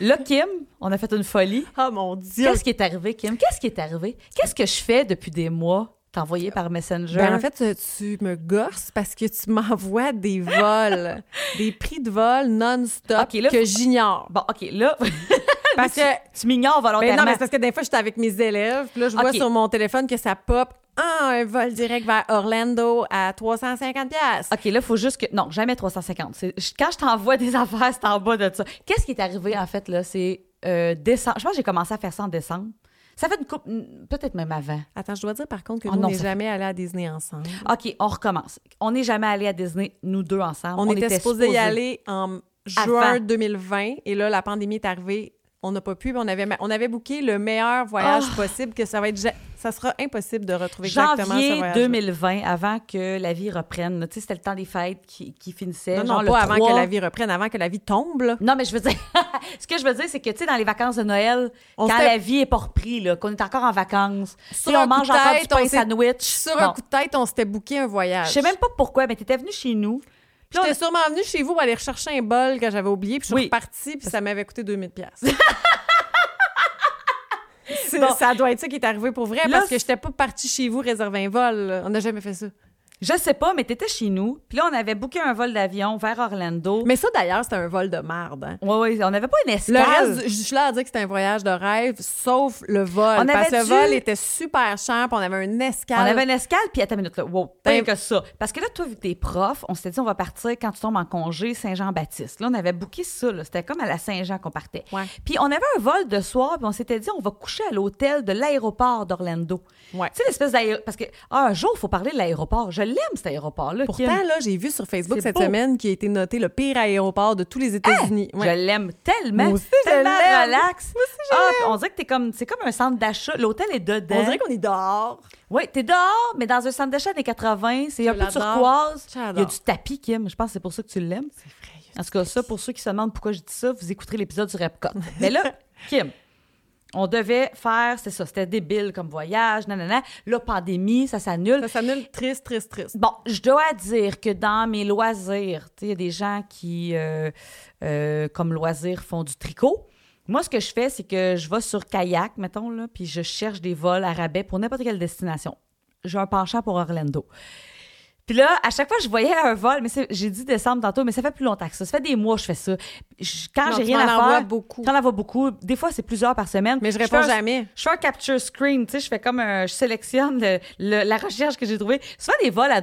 Là, Kim, on a fait une folie. Ah mon Dieu! Qu'est-ce qui est arrivé, Kim? Qu'est-ce qui est arrivé? Qu'est-ce que je fais depuis des mois? T'envoyer par Messenger? Ben, en fait, tu tu me gosses parce que tu m'envoies des vols, des prix de vol non-stop Ok, là, que faut- j'ignore. Bon, OK, là, Parce que tu m'ignores Ben volontairement. non, mais c'est parce que des fois, j'étais avec mes élèves, puis là, je vois Ok. sur mon téléphone que ça pop ah, un vol direct vers Orlando à 350 pièces. OK, là, faut juste que. Non, jamais 350. C'est- je- Quand je t'envoie des affaires, c'est en bas de ça. Qu'est-ce qui est arrivé, en fait, là? C'est euh, décembre. Je pense que j'ai commencé à faire ça en décembre. Ça fait une coupe. Peut-être même avant. Attends, je dois dire par contre que Oh nous, non, on n'est ça- jamais allés à Disney ensemble. OK, on recommence. On n'est jamais allés à Disney, nous deux ensemble. on, était, supposés y supposés. aller en juin 2020 et là, la pandémie est arrivée. On n'a pas pu, mais on avait, on avait booké le meilleur voyage possible que ça va être. ja- Ça sera impossible de retrouver exactement ce Ah! Janvier voyage. 2020, avant que la vie reprenne. Tu sais, c'était le temps des fêtes qui, qui finissait. Non, genre non, le pas avant 3. que la vie reprenne, avant que la vie tombe. là. Non, mais je veux dire, ce que je veux dire, c'est que, tu sais, dans les vacances de Noël, On quand s'était- la vie est pas reprise, là, qu'on est encore en vacances, Sur si on un coup mange de encore du tête, pain on s'est- sandwich. Sur Bon. un coup de tête, on s'était booké un voyage. Je sais même pas pourquoi, mais t'étais venue chez nous. Puis là, J'étais sûrement venue chez vous aller rechercher un bol que j'avais oublié, puis je suis Oui. repartie, puis ça m'avait coûté 2000 pièces. C'est- Bon. Ça doit être ça qui est arrivé pour vrai, Là, parce que j'étais pas partie chez vous réserver un vol. là. On n'a jamais fait ça. je sais pas, mais t'étais chez nous. Puis là, on avait booké un vol d'avion vers Orlando. Mais ça, d'ailleurs, c'était un vol de marde. hein. Ouais, ouais, on n'avait pas une escale. Le reste, du- je suis là à dire que c'était un voyage de rêve, sauf le vol. On parce que avait le dû- vol était super cher, puis on avait un escale. On avait une escale, puis attends une minute, là. Wow, pas Ben- que ça. Parce que là, toi, vu que t'es prof, on s'était dit, on va partir quand tu tombes en congé Saint-Jean-Baptiste. Là, on avait booké ça, là. C'était comme à la Saint-Jean qu'on partait. Ouais. Puis on avait un vol de soir, puis on s'était dit, on va coucher à l'hôtel de l'aéroport d'Orlando. Ouais. Tu sais, l'espèce d'aéroport. Parce que, ah, un jour, il faut parler de l'aéroport. Je l'aime, cet aéroport-là. Pourtant, Kim. là, j'ai vu sur Facebook C'est cette beau. Hein? semaine qu'il a été noté le pire aéroport de tous les États-Unis. Ouais. Je l'aime tellement. Moi aussi, je tellement l'aime. relax. Moi aussi, je Ah, on dirait que t'es comme, c'est comme un centre d'achat. L'hôtel est dedans. On dirait qu'on est dehors. Oui, t'es dehors, mais dans un centre d'achat des 80, c'est un peu l'adore. turquoise. Il y J'adore. a du tapis, Kim. Je pense que c'est pour ça que tu l'aimes. En tout cas, ça, pour ceux qui se demandent pourquoi je dis ça, vous écouterez l'épisode sur Epcot. mais là, Kim, on devait faire, c'est ça, c'était débile comme voyage, nanana. Là, pandémie, ça s'annule. Ça s'annule triste, triste, triste. Bon, je dois dire que dans mes loisirs, tu sais, il y a des gens qui, euh, euh, comme loisirs, font du tricot. Moi, ce que je fais, c'est que je vais sur kayak, mettons, là, puis je cherche des vols à rabais pour n'importe quelle destination. J'ai un penchant pour Orlando. Puis là, à chaque fois, je voyais un vol, mais c'est- j'ai dit décembre tantôt, mais ça fait plus longtemps que ça. Ça fait des mois que je fais ça. Je- quand Non, j'ai tu rien à m'en envoies faire, beaucoup. T'en envoies beaucoup. Des fois, c'est plusieurs par semaine. Mais je fais réponds un- jamais. je fais un capture screen, tu sais, je fais comme un, je sélectionne le- le- la recherche que j'ai trouvée. Souvent des vols à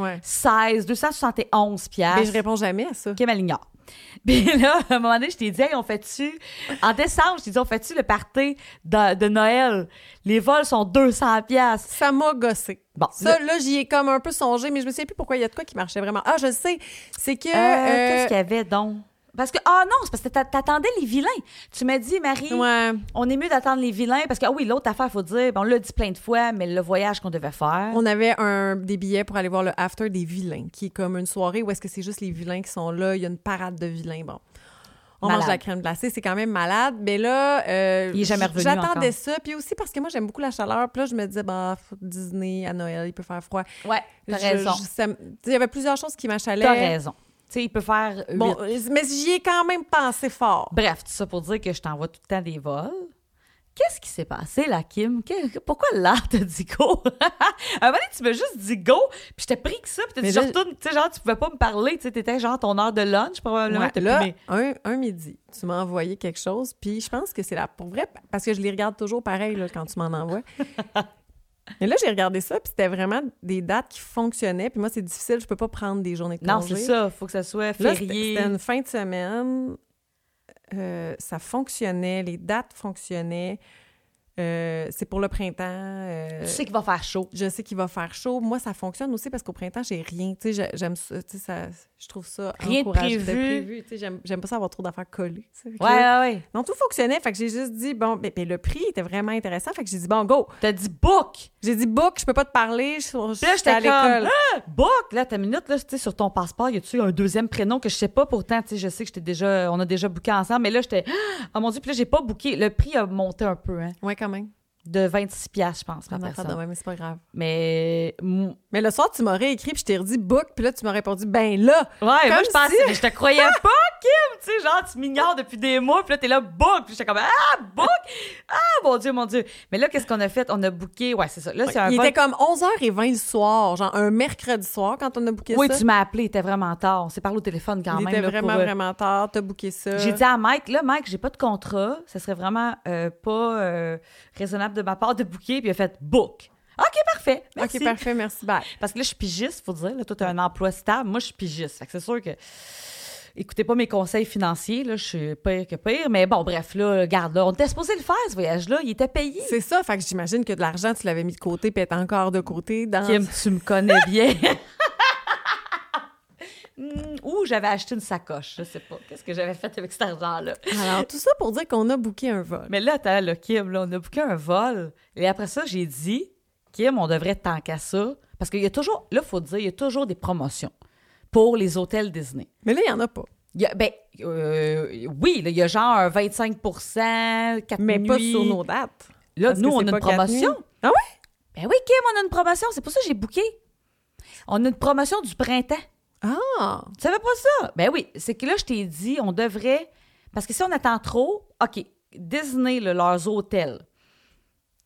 216, 271 piastres. Mais je réponds jamais à ça. Kim, elle ignore. Puis là, à un moment donné, je t'ai dit, hey, on fait-tu, en décembre, je t'ai dit, on fait-tu le party de, de Noël? Les vols sont 200 piastres. Ça m'a gossé. Bon, Ça, euh, là, j'y ai comme un peu songé, mais je me souviens plus pourquoi il y a de quoi qui marchait vraiment. Ah, je sais. C'est que. Euh, euh, Qu'est-ce qu'il y avait donc? Parce que, ah non, c'est parce que t'a- t'attendais les vilains. Tu m'as dit, Marie, Ouais. on est mieux d'attendre les vilains parce que, ah oui, l'autre affaire, faut dire, ben, on l'a dit plein de fois, mais le voyage qu'on devait faire. On avait un, des billets pour aller voir le After des vilains, qui est comme une soirée où est-ce que c'est juste les vilains qui sont là, il y a une parade de vilains. Bon. On Malade. mange de la crème glacée, c'est quand même malade. Mais là, euh, Il est jamais j- revenu j'attendais encore. ça. Puis aussi parce que moi, j'aime beaucoup la chaleur. Puis là, je me disais, bah, faut Disney à Noël, il peut faire froid. Ouais, t'as Je- raison. je- ça m- Il y avait plusieurs choses qui m'achalaient. T'as raison. Tu sais, il peut faire. Bon, huit. mais j'y ai quand même pensé fort. Bref, tout ça pour dire que je t'envoie tout le temps des vols. Qu'est-ce qui s'est passé, là, Kim? Que- pourquoi là, t'as dit go? à un moment donné, tu m'as juste dit go, puis j'étais pris que ça, puis t'as Mais dit je là- retourne. Tu sais, genre, tu pouvais pas me parler, tu sais, t'étais genre ton heure de lunch, probablement. Ouais, t'as là, pu- mais- un, un midi, tu m'as envoyé quelque chose, puis je pense que c'est la pour vrai, parce que je les regarde toujours pareil là, quand tu m'en envoies. Mais là, j'ai regardé ça, puis c'était vraiment des dates qui fonctionnaient. Puis moi, c'est difficile, je peux pas prendre des journées de Non, congé. c'est ça, faut que ça soit Là, c'était férié. c'était une fin de semaine. euh, ça fonctionnait, les dates fonctionnaient. Euh, c'est pour le printemps. euh, Tu sais qu'il va faire chaud. je sais qu'il va faire chaud. Moi, ça fonctionne aussi parce qu'au printemps, j'ai rien. Tu sais, j'ai- j'aime ça. Tu sais, ça- je trouve ça Rien de encourageant- prévu. Tu sais, j'aime, j'aime pas ça avoir trop d'affaires collées. tu sais. Fait que Ouais, là, ouais, ouais. Non, tout fonctionnait. Fait que j'ai juste dit, bon, ben, ben, le prix était vraiment intéressant. Fait que j'ai dit, bon, go. T'as dit book. J'ai dit, book, je peux pas te parler. Je, je Puis là, suis à j'étais comme, l'école. ah, book, là, ta minute, là, tu sais, sur ton passeport, y a-tu un deuxième prénom que je sais pas? Pourtant, tu sais, je sais que j'étais déjà, on a déjà booké ensemble, mais là, j'étais, ah, oh mon Dieu, puis là, j'ai pas booké. Le prix a monté un peu, hein. Ouais, quand même. de 26 pièces je pense, par Une affaire personne. de même, mais c'est pas grave. Mais... mou- Mais le soir, tu m'as réécrit, puis je t'ai redit book, puis là, tu m'as répondu, ben là! Ouais, moi, je si- pensais, mais je te croyais pas, Kim! Tu sais, genre, tu m'ignores depuis des mois, puis là, t'es là, book! Puis j'étais comme, ah, book! Ah, mon Dieu, mon Dieu! Mais là, qu'est-ce qu'on a fait? On a booké, ouais, c'est ça. Là, c'est un Il vol- était comme 11h20 le soir, genre un mercredi soir, quand on a booké Oui, ça. tu m'as appelé, il était vraiment tard. On s'est parlé au téléphone quand Il même. était là, pour, vraiment, euh, vraiment tard, t'as booké ça. J'ai dit à Mike, là, Mike, j'ai pas de contrat. Ça serait vraiment euh, pas euh, raisonnable de ma part de booker. Puis il a fait book. OK, parfait. ah, Merci. OK, parfait, merci, bye. Parce que là, je suis pigiste, faut dire. Là, toi, tu un emploi stable. Moi, je suis pigiste. Fait que c'est sûr que. Écoutez pas mes conseils financiers, là, je suis pire que pire. Mais bon, bref, là, garde là. On était supposé le faire, ce voyage-là. Il était payé. C'est ça, fait que j'imagine que de l'argent, tu l'avais mis de côté, puis est encore de côté dans... Kim, tu me connais bien. Hmm, Ou j'avais acheté une sacoche, je sais pas. Qu'est-ce que j'avais fait avec cet argent-là? Alors, tout ça pour dire qu'on a booké un vol. Mais là, attends, là, Kim, là, on a booké un vol. Et après ça, j'ai dit, Kim, on devrait tant qu'à ça. Parce qu'il y a toujours, là, faut dire, il y a toujours des promotions pour les hôtels Disney. Mais là, il y en a pas. Il y a, ben, euh, oui, là, il y a genre un 25 4 Mais nuits. pas sur nos dates. Là, parce que nous, on c'est a une pas quatre promotion. nuits. Ah oui? Ben oui, Kim, on a une promotion. C'est pour ça que j'ai booké. On a une promotion du printemps. Ah! Tu savais pas ça? Ben oui, c'est que là, je t'ai dit, on devrait. Parce que si on attend trop, OK, Disney, là, leurs hôtels.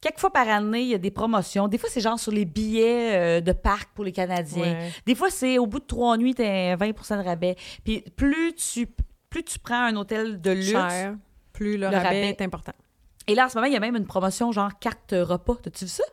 Quelques fois par année, il y a des promotions. Des fois, c'est genre sur les billets euh, de parc pour les Canadiens. Ouais. Des fois, c'est au bout de trois nuits, t'as 20 de rabais. Puis plus tu, plus tu prends un hôtel de luxe. Cher, plus le, Le rabais, rabais. est important. Et là, en ce moment, il y a même une promotion genre carte repas. T'as-tu vu ça?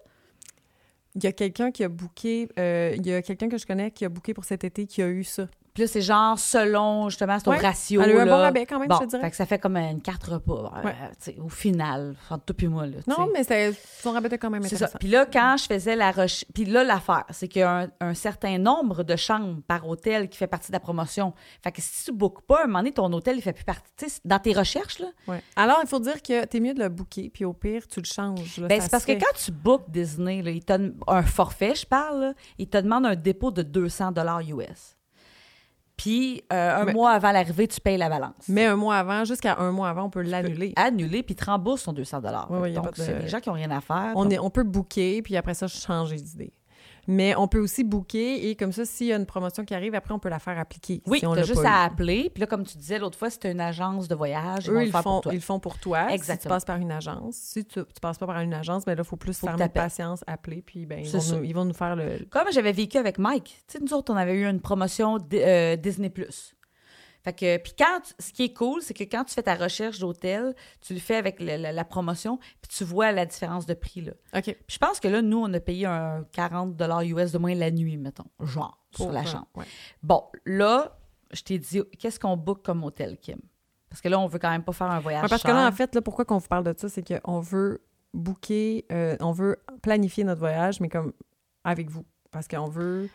Il y a quelqu'un qui a booké, euh, il y a quelqu'un que je connais qui a booké pour cet été qui a eu ça. Puis là, c'est genre selon justement ton Ouais, ratio. elle a eu un là. bon rabais quand même, Bon, je te dirais. fait que ça fait comme une carte repas. euh, Ouais. tu sais, au final, entre toi puis moi. Là, tu sais. Non, mais c'est- son rabais était quand même C'est ça. intéressant. Puis là, quand je faisais la recherche, puis là, l'affaire, c'est qu'il y a un, un certain nombre de chambres par hôtel qui fait partie de la promotion. Fait que si tu bookes pas, à un moment donné, ton hôtel, il fait plus partie. Tu sais, dans tes recherches, là, Ouais. Alors, il faut dire que t'es mieux de le booker, puis au pire, tu le changes. là, ben, ça c'est parce se fait. que quand tu bookes Disney, là, il te dem- un forfait, je parle, là, il te demande un dépôt de 200 US. Puis euh, un Mais- mois avant l'arrivée, tu payes la balance. Mais un mois avant, jusqu'à un mois avant, on peut l'annuler. Annulé, puis te rembourse son 200 Ouais, ouais, y a Donc, pas de- c'est des gens qui n'ont rien à faire. On, Donc, est, on peut booker, puis après ça, changer d'idée. Mais on peut aussi booker, et comme ça, s'il y a une promotion qui arrive, après, on peut la faire appliquer. Oui, si on t'as l'a juste pas eu. à appeler. Puis là, comme tu disais l'autre fois, c'était une agence de voyage. ils vont Eux, le ils, faire pour font, toi. ils le font pour toi. Si tu Exactement. passes par une agence. Si tu ne passes pas par une agence, ben là, il faut plus Faut que fermer t'appelles. patience, appeler, puis ben, ils, C'est vont ça. nous, ils vont nous faire le. Comme j'avais vécu avec Mike, tu sais, nous autres, on avait eu une promotion Di- euh, Disney+. Fait que, puis quand, tu- ce qui est cool, c'est que quand tu fais ta recherche d'hôtel, tu le fais avec le- la, la promotion, puis tu vois la différence de prix, là. OK. Puis je pense que là, nous, on a payé un 40 US de moins la nuit, mettons, genre, sur la chambre. Ouais. Bon, là, je t'ai dit, qu'est-ce qu'on book comme hôtel, Kim? Parce que là, on veut quand même pas faire un voyage Ouais, parce que cher. là, en fait, là, pourquoi qu'on vous parle de ça, c'est qu'on veut booker, euh, on veut planifier notre voyage, mais comme avec vous. Parce qu'on veut.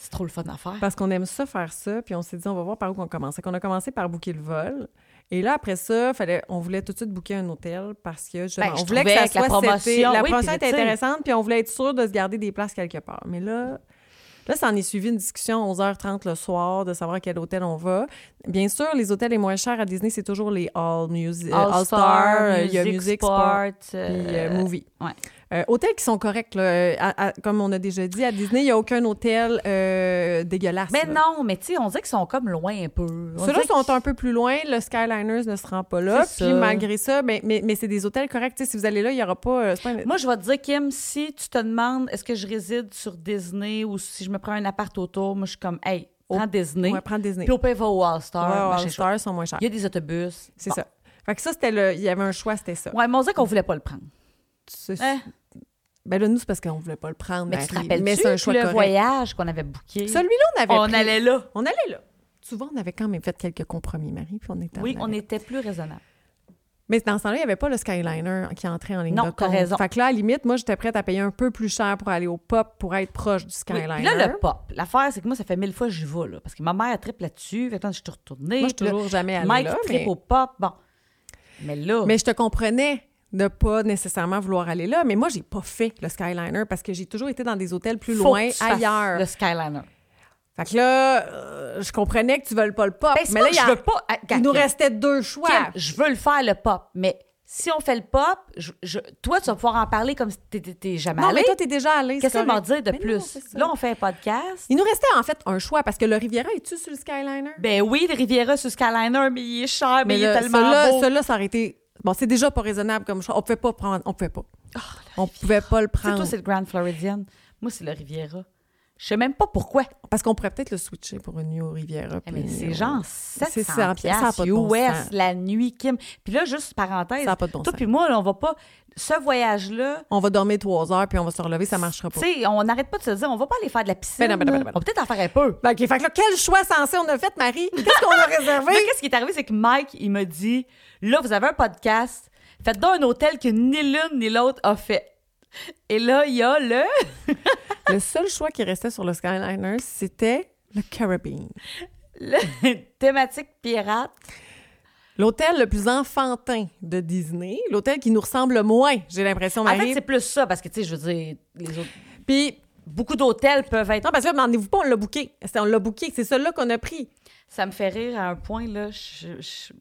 c'est trop le fun à faire. Parce qu'on aime ça faire ça, puis on s'est dit, on va voir par où qu'on commence. Fait qu'on a commencé par booker le vol. Et là, après ça, fallait, on voulait tout de suite booker un hôtel parce que justement, Ben, je on voulait que trouvais ça que la soit promotion- cet été. La oui, promotion puis, était tu sais. intéressante, puis on voulait être sûr de se garder des places quelque part. Mais là, là, ça en est suivi une discussion 11h30 le soir de savoir à quel hôtel on va. Bien sûr, les hôtels les moins chers à Disney, c'est toujours les All, Music, All, Star, euh, il y a Music Sport, puis euh, Movie. ouais. Euh, hôtels qui sont corrects, là, euh, à- à- comme on a déjà dit, à Disney, il n'y a aucun hôtel euh, dégueulasse. Mais là. non, mais tu sais, on dirait qu'ils sont comme loin un peu. On Ceux-là dirait sont qu'ils- un peu plus loin, le Skyliners ne se rend pas là. C'est Puis ça. malgré ça, ben, mais, mais c'est des hôtels corrects. Tu sais, Si vous allez là, il n'y aura pas. euh, c'est pas un- Moi, je vais te dire, Kim, si tu te demandes est-ce que je réside sur Disney ou si je me prends un appart autour, moi, je suis comme, hey, prends Disney. on va prendre Disney. Puis au pire, va au All-Star. Ouais, machin All chouette. Stars sont moins chers. Il y a des autobus. C'est Bon. ça. Fait que ça, c'était le. Il y avait un choix, c'était ça. Ouais, mais on dirait qu'on voulait pas le prendre. C'est- Hein? Ben là, nous, c'est parce qu'on ne voulait pas le prendre. Mais tu te Marie. rappelles-tu Mais c'est un choix le correct. voyage qu'on avait booké? Celui-là, on avait. on pris- allait là. On allait là. Souvent, on avait quand même fait quelques compromis, Marie, puis on était Oui, allait on là. était plus raisonnable. Mais dans ce temps-là, il n'y avait pas le Skyliner qui entrait en ligne Non, de t'as compte. raison. Fait que là, à la limite, moi, j'étais prête à payer un peu plus cher pour aller au pop, pour être proche du Oui, Skyliner. puis là, le pop. L'affaire, c'est que moi, ça fait mille fois que j'y vais, là. Parce que ma mère, elle tripe là-dessus. Fait que là, je suis retournée. Moi, je suis Puis là, toujours jamais allée Mike là. tripe Mais, au pop. Bon. Mais là. mais je te comprenais de pas nécessairement vouloir aller là. Mais moi, j'ai pas fait le Skyliner parce que j'ai toujours été dans des hôtels plus faut loin, que tu fasses ailleurs. Ah, Le Skyliner. Fait que là, euh, je comprenais que tu veux pas le pop. Ben, c'est mais là, pas que il y a- je veux pas. Ah, il nous Kim, restait deux choix. Kim, je veux le faire, le pop, mais si on fait le pop, je- je- toi, tu vas pouvoir en parler comme si t'étais t'es jamais Non, mais allé. toi, t'es déjà allé. Qu'est-ce que c'est ça m'en correct. dire de Mais non, plus? c'est ça. Là, on fait un podcast. Il nous restait en fait un choix parce que le Riviera est-tu sur le Skyliner? Ben oui, le Riviera sur Skyliner, mais il est cher, mais, il est là, tellement celui-là- beau. celui-là, ça aurait été. Bon, c'est déjà pas raisonnable comme choix. On pouvait pas prendre. On pouvait pas. on pouvait pas le Tu sais, prendre. toi, Ah, c'est le Grand Floridian. Moi, c'est le Riviera. Je sais même pas pourquoi. Parce qu'on pourrait peut-être le switcher pour une New Riviera. Eh, puis euh, mais une c'est New- genre C'est 700 100 piastres, ça a piastres pas de bon US sens. la nuit, Kim. Puis là, juste parenthèse, Ça a pas de bon toi sens. puis moi, là, on va pas... Ce voyage-là, On va dormir trois heures puis on va se relever, ça marchera tu pas. sais, on n'arrête pas de se dire, on va pas aller faire de la piscine. Ben non, ben non, ben là. non, ben non. On va peut-être en faire un peu. Ben, OK, fait que là, quel choix sensé on a fait, Marie? Qu'est-ce qu'on a réservé? Là, qu'est-ce qui est arrivé, c'est que Mike, il me dit Là, vous avez un podcast, faites donc un hôtel que ni l'une ni l'autre a fait. Et là, il y a le. le seul choix qui restait sur le Skyliner, c'était le Caribbean. le thématique pirate. L'hôtel le plus enfantin de Disney, l'hôtel qui nous ressemble le moins, j'ai l'impression, En Marie. fait, c'est plus ça, parce que, tu sais, je veux dire, les autres- Puis, beaucoup d'hôtels peuvent être. non, parce que là, demandez-vous pas, on l'a booké. C'est- On l'a booké, c'est celui-là qu'on a pris. Ça me fait rire à un point, là. Je, je,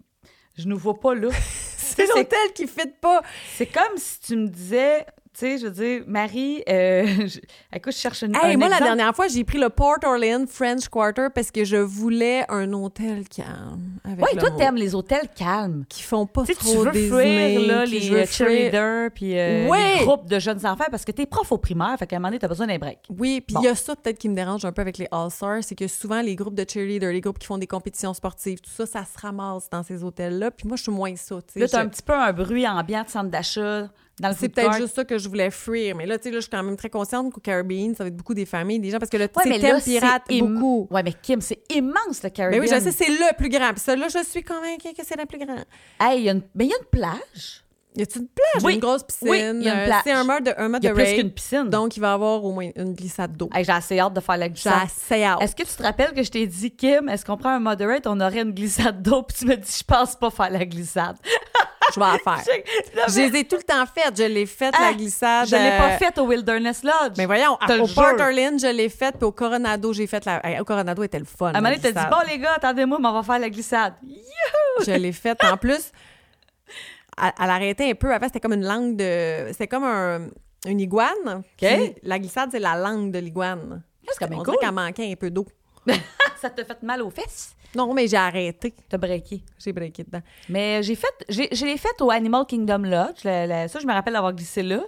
je nous vois pas là. C'est l'hôtel qui fit pas. C'est comme si tu me disais, tu sais, je veux dire, Marie, euh, je- écoute, je cherche une. Hey, un moi, la exemple. dernière fois, j'ai pris le Port Orleans French Quarter parce que je voulais un hôtel calme. Avec Ouais, le toi, monde. t'aimes les hôtels calmes. Qui font pas Tu sais, tu trop veux Disney, fuir là, qui les je veux euh, fuir. cheerleaders puis euh, Ouais. les groupes de jeunes enfants parce que t'es prof au primaire, fait qu'à un moment donné, t'as besoin d'un break. Oui, puis il Bon. y a ça peut-être qui me dérange un peu avec les All-Stars, c'est que souvent les groupes de cheerleaders, les groupes qui font des compétitions sportives, tout ça, ça se ramasse dans ces hôtels-là. Puis moi, je suis moins ça. tu sais. Là, t'as Je- un petit peu un bruit ambiant de centre d'achat dans le C'est food peut-être court. juste ça que je voulais fuir. Mais là, tu sais, là, je suis quand même très consciente qu'au Caribbean, ça va être beaucoup des familles, des gens, parce que le Ouais, c'est mais thème là, pirate, c'est im- beaucoup. Ouais, mais Kim, c'est immense le Mais Caribbean. oui, je sais, c'est le plus grand. Puis ça, là, je suis convaincue que c'est le plus grand. Hey, il y a une- mais il y a une plage. Y a-tu une plage? Oui. Une grosse piscine. Oui, il y a une euh, plage. C'est un mur de, un mur Il y a de plus rail, qu'une piscine. Donc, il va y avoir au moins une glissade d'eau. Hey, j'ai assez hâte de faire la J'ai glissade. assez hâte. Est-ce que tu te rappelles que je t'ai dit, Kim, est-ce qu'on prend un moderate, on aurait une glissade d'eau, puis tu me dis, je pense pas faire la glissade. Ah, Je vais la faire. Là, Je les ai tout le temps faites. Je l'ai faite, Ah, la glissade. je l'ai euh, pas faite au Wilderness Lodge. Mais voyons, Te à- le au jure. Port Orleans, je l'ai faite, puis au Coronado, j'ai fait la. hey, au Coronado, elle était le fun. À un la moment donné, t'as dit, glissade. bon, les gars, attendez-moi, mais on va faire la glissade. Je l'ai faite. En plus, elle, elle arrêtait un peu. Avant, c'était comme une langue de. C'était comme un, une iguane. Puis La glissade, c'est la langue de l'iguane. C'est quand même On cool. dirait qu'elle manquait un peu d'eau. Ça t'a fait mal aux fesses? Non, mais j'ai arrêté. T'as breaké. J'ai breaké dedans. Mais j'ai fait, j'ai, je l'ai fait au Animal Kingdom Lodge. La- la- ça, je me rappelle avoir glissé là.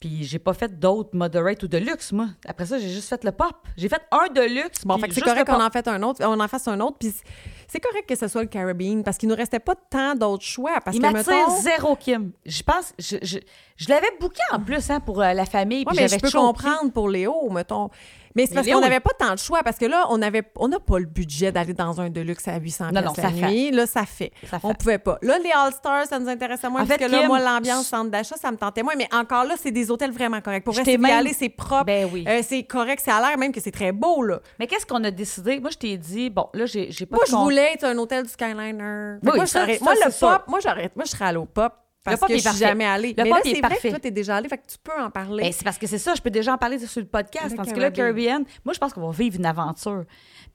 Puis j'ai pas fait d'autres moderate ou de luxe, moi. Après ça, j'ai juste fait le pop. J'ai fait un de luxe. Bon, puis fait que c'est juste correct le qu'on pop. en fait un autre, on en fasse un autre, puis c'est- c'est correct que ce soit le Caribbean parce qu'il nous restait pas tant d'autres choix parce Il que m'attire mettons, zéro, Kim. Je pense, je, je, je l'avais booké en plus hein, pour euh, la famille. Ouais, puis mais je j'avais peux choqué. comprendre pour Léo, mettons. Mais c'est Mais parce Léo, qu'on il- n'avait pas tant de choix, parce que là, on avait, on n'a pas le budget d'aller dans un Deluxe à 800 Non, non, piastres la ça fait. nuit. Là, ça fait. Ça fait. On pouvait pas. Là, les All-Stars, ça nous intéressait moins, En parce fait, que là, Kim, moi, l'ambiance centre d'achat, ça me tentait moins. Mais encore là, c'est des hôtels vraiment corrects. Pour Je vrai, t'ai c'est même- bien aller, c'est propre. Ben oui. Euh, c'est correct, ça a l'air même que c'est très beau, là. Mais qu'est-ce qu'on a décidé? Moi, je t'ai dit, bon, là, j'ai, j'ai pas Moi, de je compte. voulais être un hôtel du Skyliner. Oui, moi, ça, j'aurais- ça, moi, le c'est sûr. pop, moi, j'arrête. Moi, je serais allée au pop. Parce pop que est je suis parfait. jamais allée. Le Mais pop là, est c'est vrai parfait. que toi, t'es déjà allée, fait que tu peux en parler. Ben, c'est parce que c'est ça, je peux déjà en parler sur le podcast. Le parce que là, Caribbean. Caribbean, Oh. moi, je pense qu'on va vivre une aventure.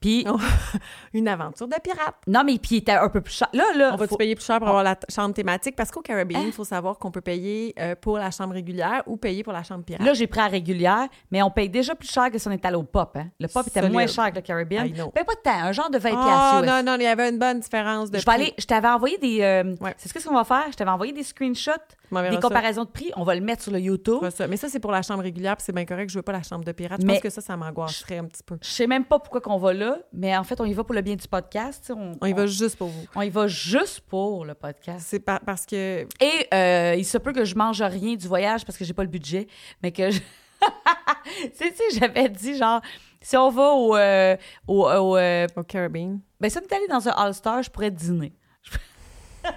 Puis, Une aventure de pirate. non, mais puis il était un peu plus cher. Là, là, On Ah. va-tu faut- payer plus cher pour avoir la t- chambre thématique? Parce qu'au Caribbean, il faut savoir qu'on peut payer euh, pour la chambre régulière ou payer pour la chambre pirate. là, j'ai pris la régulière, mais on paye déjà plus cher que si on est allé au pop. hein. Le pop était Solide. moins cher que le Caribbean. I know. Paye pas de temps, un genre de 20 oh piastres US. non, non, il y avait une bonne différence de Je vais prix. aller, je t'avais envoyé des. euh, Ouais. C'est ce qu'on va faire. Je t'avais envoyé des screenshots, m'enverras des ça. comparaisons de prix. On va le mettre sur le YouTube. Pas ça. Mais ça, c'est pour la chambre régulière, puis c'est bien correct. Je veux pas la chambre de pirate. Je Mais- pense que ça, ça m'angoisserait un petit peu. Je sais même pas pourquoi qu'on va là, mais en fait, on y va pour le bien du podcast. tu sais, On, On y va juste pour vous. on y va juste pour le podcast. C'est par- parce que Et euh, il se peut que je mange rien du voyage parce que j'ai pas le budget, mais que je... tu sais, tu sais, j'avais dit genre si on va au euh, au, au, euh, au Caribbean, ben si on est allé dans un All Star, je pourrais dîner.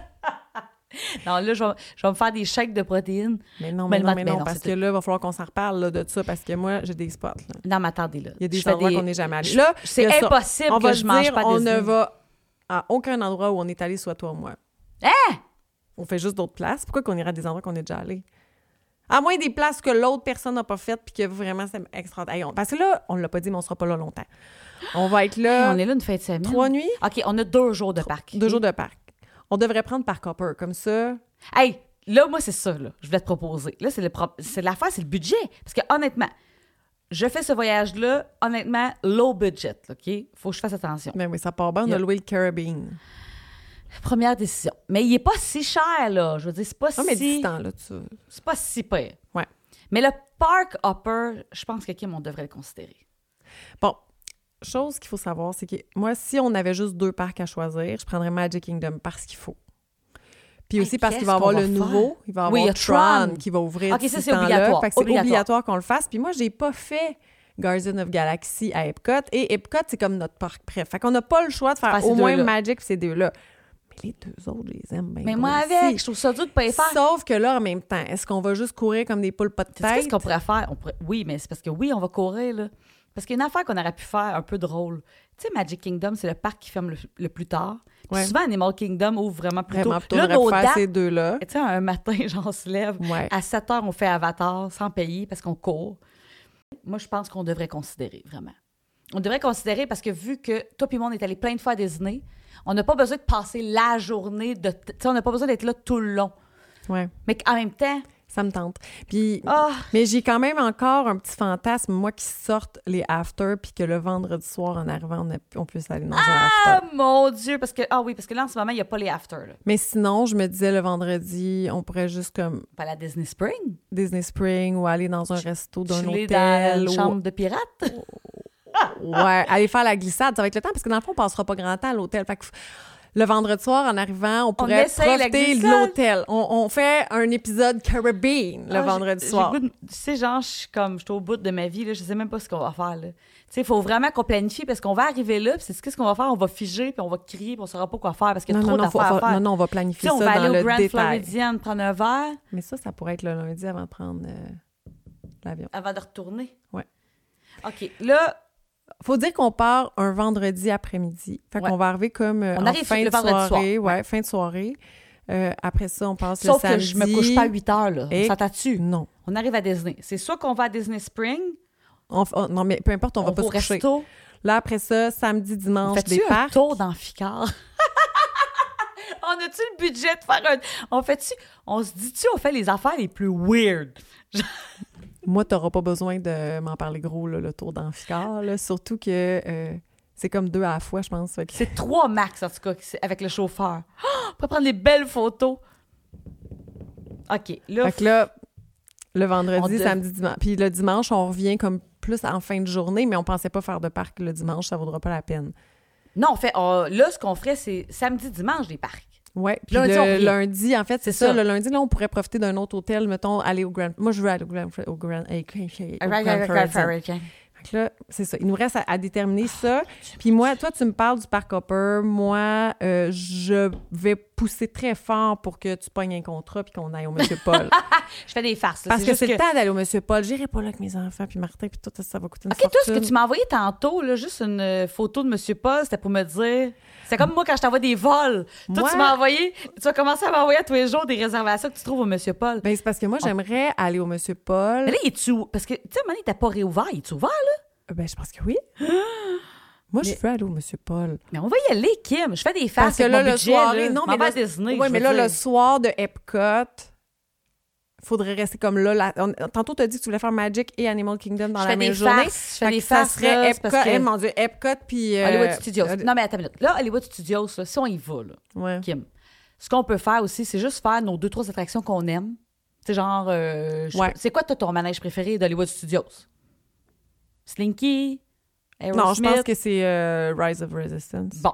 non, là je vais, je vais me faire des chèques de protéines. mais non, Mais mais, le non, mat- mais mais non, non, parce c'est que là, il va falloir qu'on s'en reparle là, de ça, parce que moi, j'ai des spots. là. Non, mais attendez là. Il y a des Je fais endroits qu'on n'est jamais allé. Là, c'est il y a ça. impossible on que va je le mange dire, pas On Disney. ne va à aucun endroit où on est allé, soit toi ou moi. Hein? On fait juste d'autres places. Pourquoi qu'on ira à des endroits qu'on est déjà allé? À moins des places que l'autre personne n'a pas faites puis que vraiment c'est extraordinaire. Hey, on- Parce que là, on l'a pas dit, mais on sera pas là longtemps. On va être là on est là une fin de semaine. trois nuits, OK, on a deux jours de parc. deux jours de parc. On devrait prendre par Copper. Comme ça, Hey, là, moi, c'est ça, là, je voulais te proposer. Là, c'est le pro- c'est l'affaire, c'est le budget. Parce que honnêtement, je fais ce voyage-là, honnêtement, low budget, là, OK? Faut que je fasse attention. Ben oui, ça part bien. On Yep. a loué le Caribbean. Première décision. Mais il est pas si cher, là. Je veux dire, c'est pas Ah, mais si... 10 ans, là, tu... C'est pas si pire. Ouais. Mais le Park Hopper, je pense que Kim, on devrait le considérer. Bon, chose qu'il faut savoir, c'est que moi, si on avait juste deux parcs à choisir, je prendrais Magic Kingdom parce qu'il faut. Puis Hey, aussi parce qu'il qu'est-ce va avoir qu'on va le nouveau, il va Oui, avoir il y a Tron, Tron. qui va ouvrir. Ok, ça, d'ici c'est ce temps-là. obligatoire, Fait que c'est obligatoire. obligatoire, qu'on le fasse. Puis moi, j'ai pas fait Guardian of Galaxy à Epcot et Epcot, c'est comme notre parc préf. Fait qu'on n'a pas le choix de faire Faire ces au moins deux-là. Magic puis ces deux-là. Mais les deux autres, je les aime bien. Mais gros moi, aussi. avec, je trouve ça dur de pas les faire. Sauf que là, en même temps, est-ce qu'on va juste courir comme des poules pas de Tu sais, tête? qu'est-ce qu'on pourrait faire? On pourrait- Oui, mais c'est parce que oui, on va courir, là. Parce qu'il y a une affaire qu'on aurait pu faire un peu drôle. Tu sais, Magic Kingdom, c'est le parc qui ferme le, le plus tard. Puis Ouais. souvent, Animal Kingdom ouvre vraiment plus Vraiment, tôt. plutôt, on aurait pu faire dates- ces deux-là. tu sais, un matin, genre, on se lève. Ouais. À 7 heures, on fait Avatar sans payer parce qu'on court. Moi, je pense qu'on devrait considérer, vraiment. On devrait considérer parce que vu que toi puis moi, on est allé plein de fois à Disney, on n'a pas besoin de passer la journée de. Tu sais, on n'a pas besoin d'être là tout le long. Ouais. Mais en même temps, Ça me tente. Puis, Ah! mais j'ai quand même encore un petit fantasme, moi, qui sorte les after, puis que le vendredi soir, en arrivant, on, a- on puisse aller dans un ah, after. mon Dieu! Parce que, ah oui, parce que là, en ce moment, il n'y a pas les after. Là. Mais sinon, je me disais le vendredi, on pourrait juste comme Pas la Disney Spring. Disney Spring ou aller dans un resto d'un Chiller hôtel. dans la ou- chambre de pirate. Ouais, aller faire la glissade, ça va être le temps, parce que dans le fond, on passera pas grand temps à l'hôtel. Fait que f- le vendredi soir, en arrivant, on pourrait essaye la profiter de glissade. l'hôtel. On, on fait un épisode Caribbean le Ah, j'ai- vendredi j'ai soir. le goût de- Tu sais, genre, je suis comme, je suis au bout de ma vie, là, je sais même pas ce qu'on va faire. là. Tu sais, il faut vraiment qu'on planifie parce qu'on va arriver là, puis c'est qu'est-ce qu'on va faire? On va figer, puis on va crier, puis on saura pas quoi faire parce qu'il y a Non, trop non, non, faut- d'affaires à faut- faire. non, non, on va Tu planifier sais, on ça va dans aller au le Grand détail. Floridian prendre un verre Mais ça, ça pourrait être le lundi avant de prendre euh, l'avion. avant de retourner. Ouais. OK, là, Faut dire qu'on part un vendredi après-midi. Fait Ouais. qu'on va arriver comme euh, On en arrive fin le de vendredi soir. soirée. Ouais, fin de soirée. Euh, après ça, on passe sauf le samedi. que je me couche pas à 8 heures, là. Et- On s'entend-tu? Non. On arrive à Disney. C'est soit qu'on va à Disney Spring, On f- on- non, mais peu importe, on, on, va va pas se au coucher. resto. Là, après ça, samedi, On dimanche, des fait-tu un parcs. tour dans Ficard? on a-tu le budget de faire un... On fait-tu... On se dit-tu, on fait les affaires les plus weird? Moi, t'auras pas besoin de m'en parler gros, là, le tour d'Amphicard. là. Surtout que euh, c'est comme deux à la fois, je pense. Fait que- C'est trois max, en tout cas, que c'est- avec le chauffeur. Ah! on peut prendre des belles photos. OK, là... Fait que là, le On vendredi, dev- samedi, dimanche. Puis le dimanche, on revient comme plus en fin de journée, mais on pensait pas faire de parc le dimanche, ça vaudra pas la peine. Non, on fait... on- là, ce qu'on ferait, c'est samedi, dimanche, des parcs. Ouais. Puis Lundi, on revient. le lundi, en fait, c'est C'est ça, ça. Le lundi, là, on pourrait profiter d'un autre hôtel, mettons, aller au Grand. Moi, je veux aller au Grand. Au Grand. eh, au Grand Floridian. Fait que là, c'est ça. Il nous reste à, à déterminer Ah, ça. Puis moi, toi, tu me parles du parc Hopper. Moi, euh, je vais pousser très fort pour que tu pognes un contrat puis qu'on aille au Monsieur Paul. Je fais des farces. là. Parce que juste c'est le temps d'aller au Monsieur Paul. J'irai pas là avec mes enfants puis Martin puis tout ça, ça va coûter une OK, toi, ce que fortune. tu m'as envoyé tantôt, là, juste une euh, photo de Monsieur Paul, c'était pour me dire. C'est comme moi quand je t'envoie des vols. Toi, Moi- tu m'as envoyé. Tu vas commencer à m'envoyer à tous les jours des réservations que tu trouves au Monsieur Paul. Ben, c'est parce que moi, j'aimerais aller au Monsieur Paul. Mais là, il est-tu. où? Parce que, tu sais, à un moment donné, t'as pas réouvert. Il est ouvert, là? Euh, Ben, je pense que oui. moi, je veux aller au Monsieur Paul. Mais on va y aller, Kim. Je fais des farces. Parce que avec là, mon le budget, soir. là. Non, Je m'en mais vais à là, Disney. ouais, je mais veux là, le dire. soir de Epcot, faudrait rester comme là. La- on- tantôt, tu as dit que tu voulais faire Magic et Animal Kingdom dans Je la fais même des journée. farces. Je fais Fait des que ça farces. là, serait c'est Epcot. parce que- eh, mon Dieu, Epcot, puis. euh, Hollywood Studios. euh, Non, mais attends une minute. Là, Hollywood Studios, là, si on y va, là, ouais. Kim, ce qu'on peut faire aussi, c'est juste faire nos deux, trois attractions qu'on aime. C'est genre. euh, je sais Ouais. pas, C'est quoi toi, ton manège préféré d'Hollywood Studios? Slinky? Aerosmith? Non, je pense que c'est euh, Rise of Resistance Bon.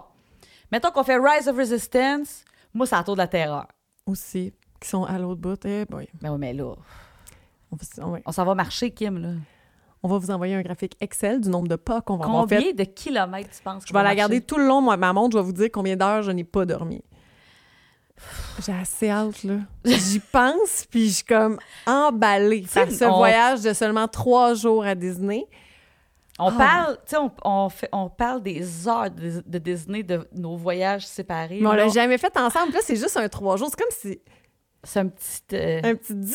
Mettons qu'on fait Rise of Resistance. Moi, c'est la tour de la terreur. aussi, qui sont à l'autre bout. Eh boy. Mais oui, mais là, On va, ouais. on s'en va marcher, Kim. Là. On va vous envoyer un graphique Excel du nombre de pas qu'on va avoir fait. Combien de kilomètres tu penses? Je qu'on vais va la marcher? garder tout le long, moi, ma montre. Je vais vous dire combien d'heures je n'ai pas dormi. J'ai assez hâte, là. J'y pense, puis je suis comme emballée sais, par ce on- voyage de seulement trois jours à Disney. On Ah. parle, tu sais, on, on fait- on parle des heures de, de Disney, de nos voyages séparés. Mais on là. l'a jamais fait ensemble. Là, c'est juste un trois jours. C'est comme si C'est un petit. euh, un petit dit.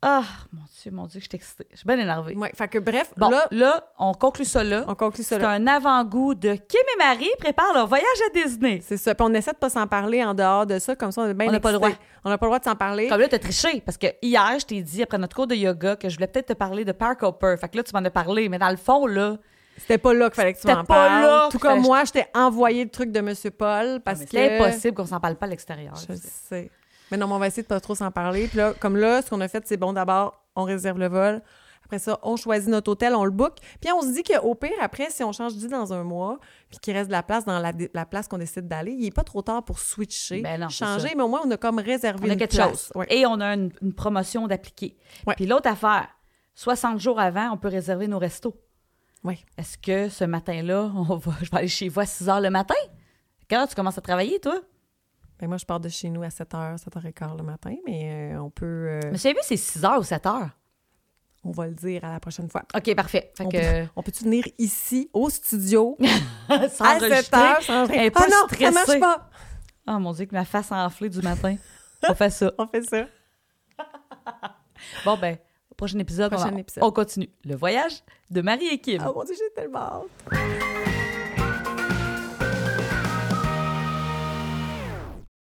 Ah, mon Dieu, mon Dieu, je suis excitée. Je suis bien énervée. Ouais, fait que bref, Bon, là, là, on conclut ça là. on conclut ça. C'est là. un avant-goût de Kim et Marie préparent leur voyage à Disney. C'est ça. Puis on essaie de pas s'en parler en dehors de ça, comme ça, on est bien On n'a pas le excités. droit. On n'a pas le droit de s'en parler. Comme là, t'as triché. Parce que hier, je t'ai dit, après notre cours de yoga, que je voulais peut-être te parler de Park Hopper. Fait que là, tu m'en as parlé. Mais dans le fond, là, C'était pas là qu'il fallait que tu C'était m'en pas parles. là qu'il Tout fallait comme que Ah, moi, je t'ai envoyé le truc de Monsieur Paul parce mais que c'est impossible qu'on s'en parle pas à l'extérieur. Je le sais. Mais non, mais on va essayer de pas trop s'en parler. Puis là, comme là, ce qu'on a fait, c'est bon, d'abord, on réserve le vol. Après ça, on choisit notre hôtel, on le book. Puis on se dit qu'au pire, après, si on change d'idée dans un mois, puis qu'il reste de la place dans la, la place qu'on décide d'aller, il n'est pas trop tard pour switcher, Ben non, c'est changer, ça. mais au moins, on a comme réservé On a une quelque place. chose. Ouais. Et on a une, une promotion d'appliquer. Ouais. Puis l'autre affaire, 60 jours avant, on peut réserver nos restos. Ouais. Est-ce que ce matin-là, on va, je vais aller chez vous à 6 heures le matin? Quand tu commences à travailler, toi? Ben moi, je pars de chez nous à 7h, 7h15 le matin, mais euh, on peut... euh, Mais c'est vu, c'est 6 heures ou 7 heures. on va le dire à la prochaine fois. OK, parfait. Fait On que, peut- on peut-tu venir ici, au studio, sans à enregistrer. 7h, sans Elle est Ah Eh, pas non, ça stressée. marche pas! Oh mon Dieu, que ma face a enflé du matin. on fait ça. On fait ça. Bon, ben, au prochain épisode, Ah Prochain on, épisode. on continue. Le voyage de Marie et Kim. Oh mon Dieu, j'ai tellement hâte.